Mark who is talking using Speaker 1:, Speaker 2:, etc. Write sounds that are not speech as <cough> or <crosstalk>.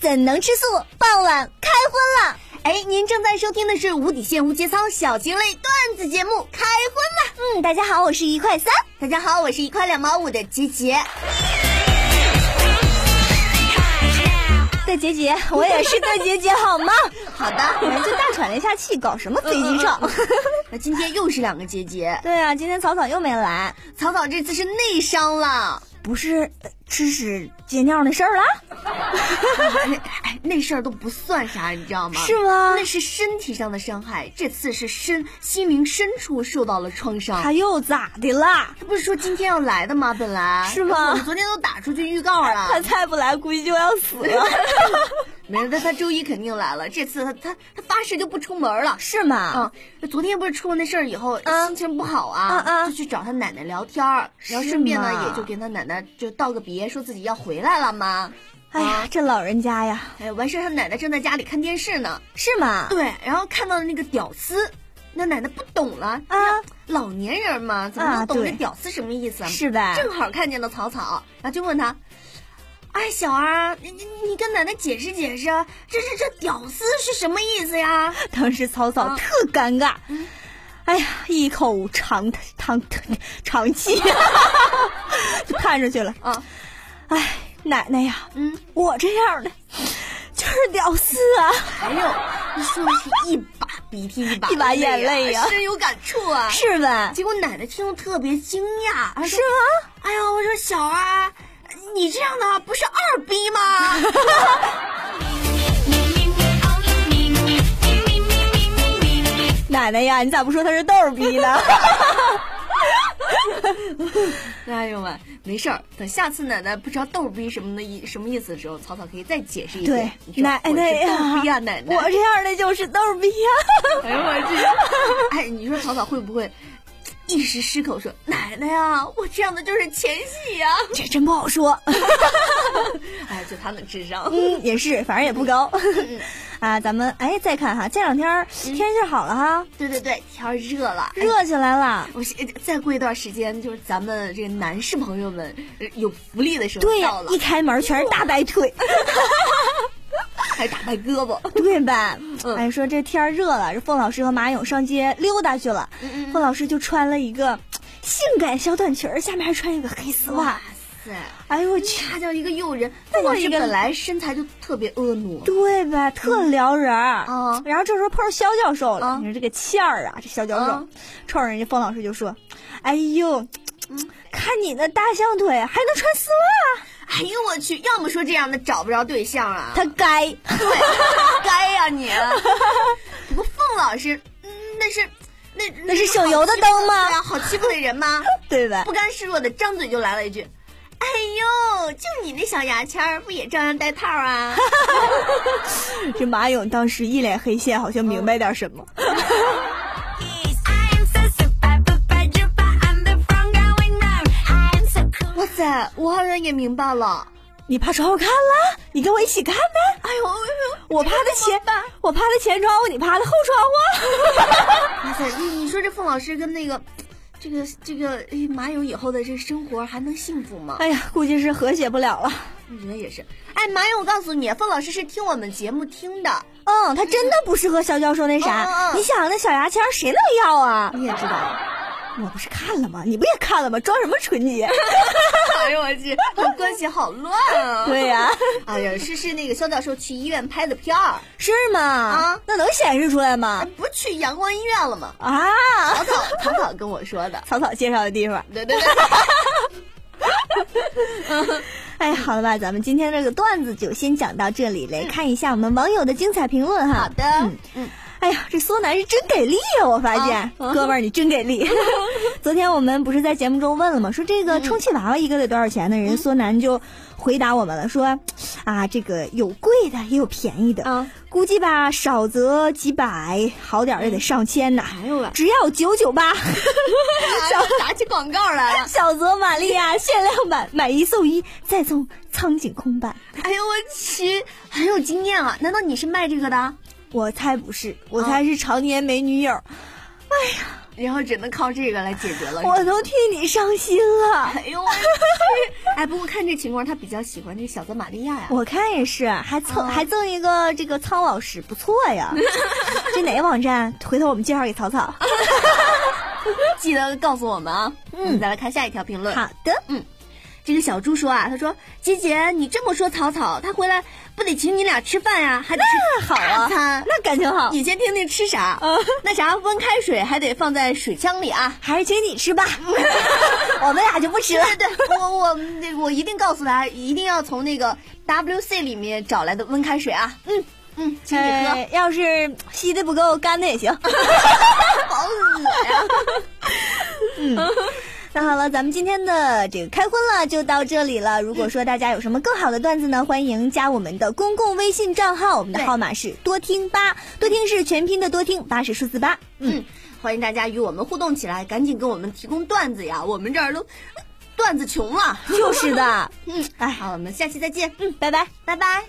Speaker 1: 怎能吃素？傍晚开荤了！哎，您正在收听的是无底线无节操小情类段子节目《开荤了》。嗯，大家好，我是一块三。大家好，我是一块两毛五的杰杰。
Speaker 2: 对
Speaker 1: <laughs>
Speaker 2: 杰杰，我也是对杰杰，好吗？
Speaker 1: 好的，
Speaker 2: 就大喘了一下气，搞什么飞机场？
Speaker 1: 嗯那今天又是两个杰杰。
Speaker 2: <laughs> 对啊，今天草草又没来，
Speaker 1: 草草这次是内伤了，
Speaker 2: 不是呃吃屎解尿的事儿了，
Speaker 1: 那哎那事儿都不算啥，你知道吗？
Speaker 2: 是吗
Speaker 1: 那？是身体上的伤害，这次是身心灵深处受到了创伤。
Speaker 2: 他又咋的啦？
Speaker 1: 不是说今天要来的吗？本来
Speaker 2: 是吗
Speaker 1: 我们昨天都打出去预告
Speaker 2: 他
Speaker 1: <laughs> 了，
Speaker 2: 再不来，估计就要死
Speaker 1: <laughs>
Speaker 2: 了，
Speaker 1: 没事，他他周一肯定来了。这次他他他发誓就不出门了。
Speaker 2: 是吗？
Speaker 1: 啊，昨天不是出了那事儿以后，
Speaker 2: 啊
Speaker 1: 心情不好
Speaker 2: 啊
Speaker 1: 啊，
Speaker 2: 啊
Speaker 1: 就去找他奶奶聊天儿，然后
Speaker 2: 是
Speaker 1: 顺便
Speaker 2: 吗
Speaker 1: 呢，也就跟他奶奶就道个别，说自己要回来了嘛。
Speaker 2: 哎呀，
Speaker 1: 啊，
Speaker 2: 这老人家呀，
Speaker 1: 哎，完事儿他奶奶正在家里看电视呢，
Speaker 2: 是吗？
Speaker 1: 对，然后看到了那个屌丝，那奶奶不懂了，
Speaker 2: 啊，
Speaker 1: 老年人嘛，怎么
Speaker 2: 啊
Speaker 1: 就懂
Speaker 2: 对
Speaker 1: 这屌丝什么意思啊？
Speaker 2: 是呗？
Speaker 1: 正好看见了草草，然后就问他：“哎，小儿，你你你跟奶奶解释解释，这这这屌丝是什么意思呀
Speaker 2: 当时草草
Speaker 1: 啊
Speaker 2: 特尴尬，
Speaker 1: 嗯
Speaker 2: 哎呀，一口长长
Speaker 1: <laughs>
Speaker 2: 长气， <laughs> 就看上去了？”。
Speaker 1: 啊，
Speaker 2: 哎，奶奶呀，
Speaker 1: 嗯，
Speaker 2: 我这样的就是屌丝啊！
Speaker 1: 哎呦，你说的是一把鼻涕 <laughs> 一把
Speaker 2: 一把眼泪呀
Speaker 1: 深有感触啊。
Speaker 2: 是呗？
Speaker 1: 结果奶奶听了特别惊讶，她
Speaker 2: 是
Speaker 1: 说
Speaker 2: 吗？：“
Speaker 1: 哎呀，我说小儿，你这样的不是二逼吗？”
Speaker 2: 奶奶呀，你咋不说他是逗儿逼
Speaker 1: <laughs>
Speaker 2: 呢？
Speaker 1: <laughs> 哎呦喂，没事儿，等下次奶奶不知道逗逼什么的意什么意思的时候，草草可以再解释一
Speaker 2: 对
Speaker 1: 遍。你说
Speaker 2: 奶奶呀
Speaker 1: 我是逗逼啊，奶奶。
Speaker 2: 我这样的就是逗儿逼
Speaker 1: <laughs>
Speaker 2: 呀、
Speaker 1: 哎呦我去！ <laughs> 哎，你说草草会不会一时失口说奶奶呀？我这样的就是前戏呀、
Speaker 2: 这真不好说。
Speaker 1: 哎，就他那智商。
Speaker 2: 嗯， <laughs> 也是，反正也不高。
Speaker 1: 嗯
Speaker 2: <laughs> 啊，咱们哎，再看哈，这两天儿天气好了哈，
Speaker 1: 对对对，天儿热了，嗯哎。
Speaker 2: 热起来了。
Speaker 1: 我是再过一段时间，就是咱们这个男士朋友们呃有福利的时候
Speaker 2: 对呀
Speaker 1: 到，了
Speaker 2: 一，开门全是大
Speaker 1: <laughs>
Speaker 2: 白腿，
Speaker 1: 还打败胳膊。
Speaker 2: 对吧？
Speaker 1: 嗯
Speaker 2: 哎，说这天儿热了，这凤老师和马勇上街溜达去了。
Speaker 1: 嗯
Speaker 2: 凤老师就穿了一个性感小短裙儿，下面还穿一个黑丝袜
Speaker 1: 哇。塞，
Speaker 2: 哎呦我去，
Speaker 1: 那叫一个诱人！
Speaker 2: 那
Speaker 1: 那
Speaker 2: 叫
Speaker 1: 老
Speaker 2: 一
Speaker 1: 师
Speaker 2: 个
Speaker 1: 本来身材就特别婀娜，
Speaker 2: 对吧？特撩人儿。
Speaker 1: 嗯啊
Speaker 2: 然后这时候碰上肖教授了，
Speaker 1: 啊
Speaker 2: 你说这个欠儿啊，这肖教授
Speaker 1: 啊
Speaker 2: 冲着人家方老师就说：“哎呦，
Speaker 1: 嗯
Speaker 2: 看你那大象腿还能穿丝袜，
Speaker 1: 哎呦我去！要么说这样的找不着对象啊，
Speaker 2: 他该。 <laughs>
Speaker 1: <laughs> 对，该呀、你。不过凤老师，嗯那是那
Speaker 2: 那是省油的灯吗
Speaker 1: 对啊，好欺负的人吗？ <laughs>
Speaker 2: 对吧？
Speaker 1: 不甘示弱的张嘴就来了一句：“哎呦，就你那小牙签儿，不也照样戴套啊？”
Speaker 2: 这马勇当时一脸黑线，好像明白点什么。
Speaker 1: <laughs> 哇塞，我好像也明白 <laughs> 了。
Speaker 2: 你怕床我看了？你跟我一起看呗。
Speaker 1: 哎呦，哎呦
Speaker 2: 我趴他前，我趴他前窗户，你趴他后窗户。 <laughs>
Speaker 1: 哇塞，你你说这凤老师跟那个。这个这个哎马勇以后的这生活还能幸福吗？
Speaker 2: 哎呀，估计是和谐不了了。
Speaker 1: 我觉得也是。哎，马勇，我告诉你，凤老师是听我们节目听的。
Speaker 2: 嗯，他真的不适合肖教授那啥。
Speaker 1: 嗯嗯嗯
Speaker 2: 你想那小牙签儿谁能要啊？
Speaker 1: 你也知道。
Speaker 2: 我不是看了吗？你不也看了吗？装什么纯洁？
Speaker 1: 哎呦我去，关系好乱啊！
Speaker 2: 对呀、
Speaker 1: 哎呀，是是那个肖教授去医院拍的片儿，
Speaker 2: 是吗？
Speaker 1: 啊
Speaker 2: 那能显示出来吗？
Speaker 1: 不是去阳光医院了吗？
Speaker 2: 啊，
Speaker 1: 草草草草跟我说的。
Speaker 2: 草草介绍的地方。
Speaker 1: 对对对，
Speaker 2: 哎，好了吧，咱们今天这个段子就先讲到这里嘞。看一下我们网友的精彩评论哈。
Speaker 1: 好的，嗯，
Speaker 2: 哎呀，这苏南是真给力呀、我发现，
Speaker 1: 啊
Speaker 2: 哥们儿你真给
Speaker 1: <laughs>
Speaker 2: 力。昨天我们不是在节目中问了吗？说这
Speaker 1: 嗯
Speaker 2: 个充气娃娃一个得多少钱呢？人苏南就回答我们了，说啊，这个有贵的也有便宜的，
Speaker 1: 啊
Speaker 2: 估计吧少则几百，好点儿也得上千呐。
Speaker 1: 哎呦喂，
Speaker 2: 只要九九
Speaker 1: <laughs>
Speaker 2: 八，
Speaker 1: 打起广告来了。
Speaker 2: 小泽玛利亚啊限量版，买一送一，再送苍井空版。
Speaker 1: 哎呦我去，很有经验啊！难道你是卖这个的？啊
Speaker 2: 我猜不是，我猜是常年没女友。哎呀，
Speaker 1: 然后只能靠这个来解决了。
Speaker 2: 我都替你伤心了。
Speaker 1: <laughs> 哎呦我去！ <laughs> 哎，不过看这情况，他比较喜欢这小泽玛利亚呀。
Speaker 2: 我看也是，还赠、
Speaker 1: 啊
Speaker 2: 还赠一个这个苍老师，不错呀。这哪个网站？回头我们介绍给草草。
Speaker 1: <laughs> 记得告诉我们啊。嗯，再来看下一条评论。
Speaker 2: 好的，
Speaker 1: 这个小猪说啊，他说：“姐姐，你这么说草草，他回来不得请你俩吃饭呀、还得吃
Speaker 2: 好
Speaker 1: <laughs> 大
Speaker 2: 啊
Speaker 1: 餐。
Speaker 2: 那感情
Speaker 1: <laughs>
Speaker 2: 好，
Speaker 1: 你先听听吃啥，那啥温开水还得放在水枪里啊。
Speaker 2: 还是请你吃吧。我们俩就不吃了。
Speaker 1: 对对， <laughs> 我我我一定告诉他，一定要从那个 WC 里面找来的温开水啊。嗯嗯，请你喝。
Speaker 2: 呃，要是稀的不够，干的
Speaker 1: <laughs>
Speaker 2: 也行。
Speaker 1: 好恶啊
Speaker 2: <laughs>
Speaker 1: 呀！
Speaker 2: 嗯那好了，咱们今天的这个开荤了就到这里
Speaker 1: 嗯
Speaker 2: 了。如果说大家有什么更好的段子呢，欢迎加我们的公共微信账号，我们的
Speaker 1: 对
Speaker 2: 号码是多听八，多听是全拼的多听，八是数字八。
Speaker 1: 嗯，欢迎大家与我们互动起来，赶紧给我们提供段子呀，我们这儿都呃段子穷了。
Speaker 2: 就是的，
Speaker 1: <laughs> 嗯，
Speaker 2: 哎
Speaker 1: 好，我们下期再见。嗯，
Speaker 2: 拜拜。
Speaker 1: 拜拜。